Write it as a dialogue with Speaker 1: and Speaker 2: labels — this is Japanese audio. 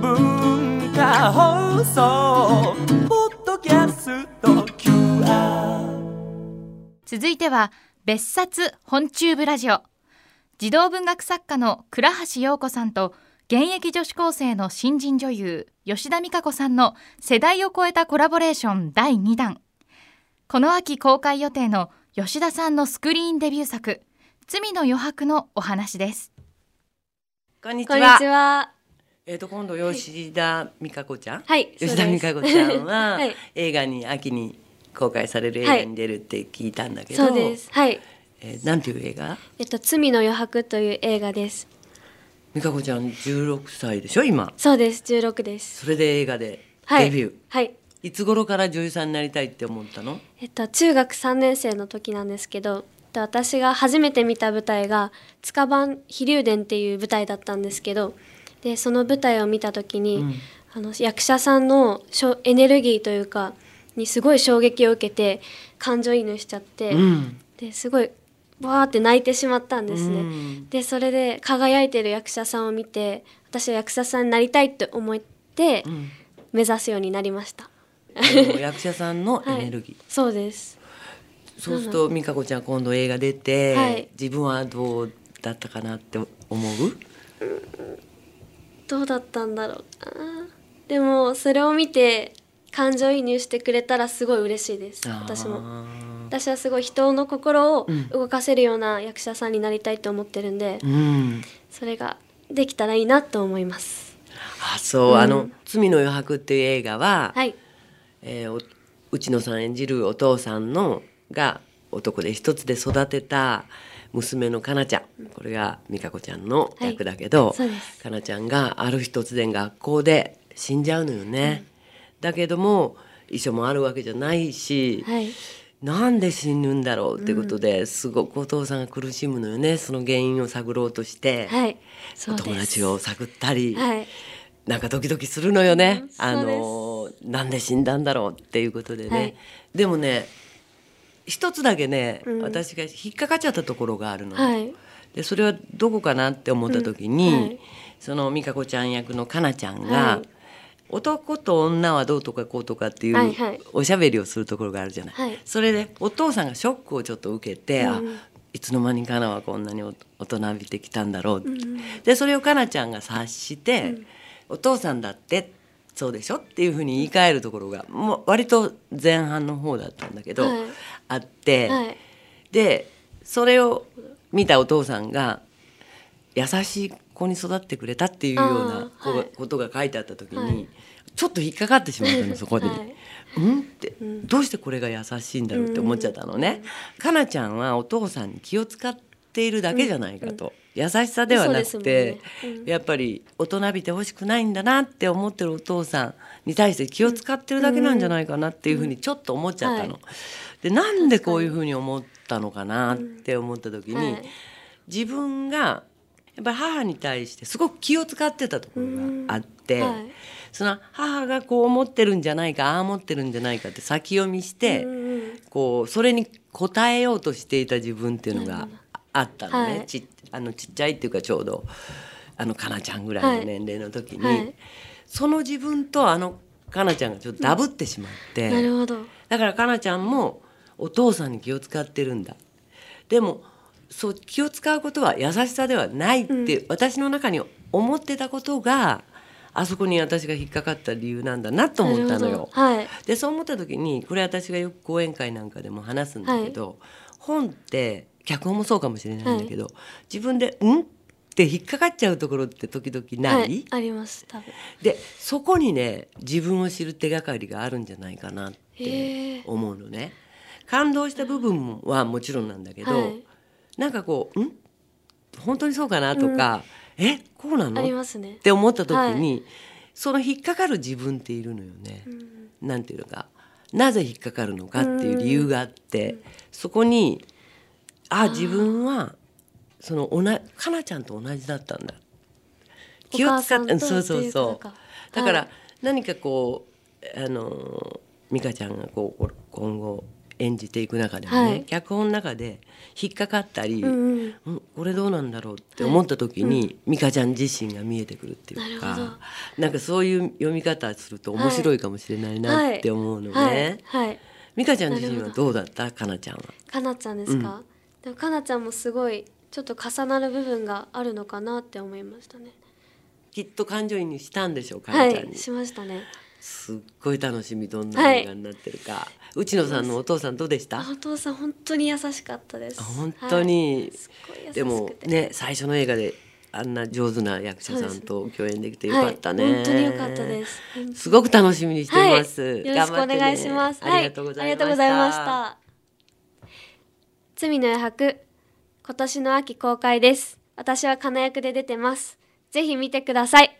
Speaker 1: 文化放送ポッドキャスト QR
Speaker 2: 続いては別冊本中部ラジオ児童文学作家の倉橋陽子さんと現役女子高生の新人女優吉田美香子さんの世代を超えたコラボレーション第2弾この秋公開予定の吉田さんのスクリーンデビュー作「罪の余白」のお話です
Speaker 1: こんにち
Speaker 3: こんに
Speaker 1: は
Speaker 3: ちは。
Speaker 1: えっ、と今度吉田美香子ちゃん、
Speaker 3: はい
Speaker 1: 吉田美香子ちゃんは、
Speaker 3: そうです はい
Speaker 1: 映画に秋に公開される映画に出るって聞いたんだけど、
Speaker 3: そうです。はい。
Speaker 1: えーなんていう映画
Speaker 3: えっと罪の余白という映画です。
Speaker 1: 美香子ちゃん16歳でしょ今
Speaker 3: そうです。16です。
Speaker 1: それで映画で
Speaker 3: は
Speaker 1: デ
Speaker 3: い。
Speaker 1: ビュー、
Speaker 3: はい。
Speaker 1: い、つ頃から女優さんになりたいって思ったの
Speaker 3: えっと中学3年生の時なんですけど、えっと私が初めて見た舞台が塚番飛龍伝っていう舞台だったんですけど、でその舞台を見た時に、
Speaker 1: うん
Speaker 3: あの役者さんのしょエネルギーというかにすごい衝撃を受けて感情移入しちゃって、
Speaker 1: うん
Speaker 3: ですごいわーって泣いてしまったんですね。
Speaker 1: うん
Speaker 3: でそれで輝いてる役者さんを見て私は役者さんになりたいって思って
Speaker 1: うん
Speaker 3: 目指すようになりました、
Speaker 1: あの役者さんのエネルギー、
Speaker 3: そうです
Speaker 1: そうすると美香子ちゃん今度映画出て、
Speaker 3: はい
Speaker 1: 自分はどうだったかなって思う
Speaker 3: どうだったんだろうかなでもそれを見て感情移入してくれたらすごい嬉しいです私も
Speaker 1: あ
Speaker 3: 私はすごい人の心を動かせるような役者さんになりたいと思ってるんで、
Speaker 1: ーうん
Speaker 3: それができたらいいなと思います
Speaker 1: あそう、あの「罪の余白」っていう映画は、
Speaker 3: はい
Speaker 1: えーお内野さん演じるお父さんのが男で一つで育てた娘のかなちゃんこれが美香子ちゃんの役だけど、
Speaker 3: いそうです
Speaker 1: かなちゃんがある日突然学校で死んじゃうのよね。だけども遺書もあるわけじゃないし、
Speaker 3: はい
Speaker 1: なんで死ぬんだろうってことで、すごくお父さんが苦しむのよねその原因を探ろうとして、
Speaker 3: はいそ
Speaker 1: お
Speaker 3: うです
Speaker 1: 友達を探ったり、
Speaker 3: はい
Speaker 1: なんかドキドキするのよね、
Speaker 3: うん
Speaker 1: あ
Speaker 3: そ
Speaker 1: のなんで死んだんだろうっていうことでね、
Speaker 3: はい
Speaker 1: でもね一つだけね、
Speaker 3: うん
Speaker 1: 私が引っかかっちゃったところがあるの、
Speaker 3: はい
Speaker 1: でそれはどこかなって思った時に、
Speaker 3: うんはい
Speaker 1: その美香子ちゃん役のかなちゃんが、
Speaker 3: はい
Speaker 1: 男と女はどうとかこうとかってい
Speaker 3: はいうはい
Speaker 1: おしゃべりをするところがあるじゃない、
Speaker 3: はい
Speaker 1: それでお父さんがショックをちょっと受けて、あ
Speaker 3: うん
Speaker 1: いつの間にかなはこんなにお大人びてきたんだろうって、でそれをかなちゃんが察して、お父さんだってそうでしょっていうふうに言い換えるところがもう割と前半の方だったんだけど、
Speaker 3: はい
Speaker 1: あって。
Speaker 3: はい
Speaker 1: でそれを見たお父さんが優しい子に育ってくれたっていうような
Speaker 3: あー
Speaker 1: こ,、
Speaker 3: はい
Speaker 1: ことが書いてあった時に、
Speaker 3: はい
Speaker 1: ちょっと引っかかってしまったのそ こに。
Speaker 3: はい
Speaker 1: うんって、
Speaker 3: ん
Speaker 1: どうしてこれが優しいんだろうって思っちゃったのね。かなちゃんはお父さんに気を使っているだけじゃないかと、優しさではな
Speaker 3: そ
Speaker 1: く
Speaker 3: う
Speaker 1: て、
Speaker 3: ですもんねうん
Speaker 1: やっぱり大人びてほしくないんだなって思ってるお父さんに対して気を使ってるだけなんじゃないかなっていうふうにちょっと思っちゃったの。
Speaker 3: うんは
Speaker 1: でなんでこういうふうに思ったのかなって思った時に、
Speaker 3: うんはい
Speaker 1: 自分がやっぱり母に対してすごく気を使ってたところがあって、
Speaker 3: うんはい
Speaker 1: その母がこう思ってるんじゃないかああ思ってるんじゃないかって先読みして、
Speaker 3: うんうん
Speaker 1: こうそれに応えようとしていた自分っていうのがあったのね、
Speaker 3: はい
Speaker 1: ちっあのちっちゃいっていうかちょうどあのかなちゃんぐらいの年齢の時に、
Speaker 3: はいはい
Speaker 1: その自分とあのかなちゃんがちょっとダブってしまって。
Speaker 3: なるほど
Speaker 1: だからかなちゃんもお父さんに気を使ってるんだでもそう気を使うことは優しさではないって、私の中に思ってたことがあそこに私が引っかかった理由なんだなと思ったの
Speaker 3: なる
Speaker 1: よ
Speaker 3: ほ。どはい
Speaker 1: でそう思った時にこれ私がよく講演会なんかでも話すんだけど、本って脚本もそうかもしれないんだけど、自分で「ん?」って引っかかっちゃうところって時々ない、
Speaker 3: はい、あります多分
Speaker 1: でそこにね自分を知る手がかりがあるんじゃないかなって思うのね。感動した部分はもちろんなんだけど、
Speaker 3: はい
Speaker 1: なんかこう「ん本当にそうかな?」とか「えこうなの?」
Speaker 3: あり
Speaker 1: っ
Speaker 3: ますね
Speaker 1: て思った時に、その引っかかる自分っているのよね。なんていうのかなぜ引っかかるのかっていう理由があって、そこにあ自分はそのおなかなちゃんと同じだったんだ気を使って
Speaker 3: お母さんと
Speaker 1: そうそ
Speaker 3: っていううこ
Speaker 1: そ
Speaker 3: と
Speaker 1: う
Speaker 3: か
Speaker 1: だから、
Speaker 3: はい
Speaker 1: 何かこうあの美香ちゃんがこうこ今後演じていく中でもね、
Speaker 3: はい
Speaker 1: 脚本の中で引っかかったり、
Speaker 3: うんうん
Speaker 1: うんこれどうなんだろうって思った時に、美香ちゃん自身が見えてくるっていうか
Speaker 3: なるほ
Speaker 1: な
Speaker 3: ど
Speaker 1: んかそういう読み方すると面白いかもしれないなって思うのね、
Speaker 3: はいはい
Speaker 1: 美香ちゃん自身
Speaker 3: な
Speaker 1: は
Speaker 3: るほ
Speaker 1: どうだったかなちゃんは。
Speaker 3: かなちゃんですか、でもかなちゃんもすごいちょっと重なる部分があるのかなって思いましたね
Speaker 1: きっと感情移入したんでしょうか
Speaker 3: は
Speaker 1: なちゃんに、
Speaker 3: いしましたね
Speaker 1: すっごい楽しみどんな映画になってるか、内野さんのお父さんどうでした
Speaker 3: あお父さん本当に優しかったです
Speaker 1: あ本当に
Speaker 3: はいすっごい優しくて
Speaker 1: でもね最初の映画であんな上手な役者さんと共演できてよかったね、
Speaker 3: はい、本当に良かったです
Speaker 1: すごく楽しみにしています、
Speaker 3: はい、よろしくお願いします、
Speaker 1: 頑張ってねありがとうございました、
Speaker 3: はありがとうございました罪の余白今年の秋公開です私は金役で出てますぜひ見てください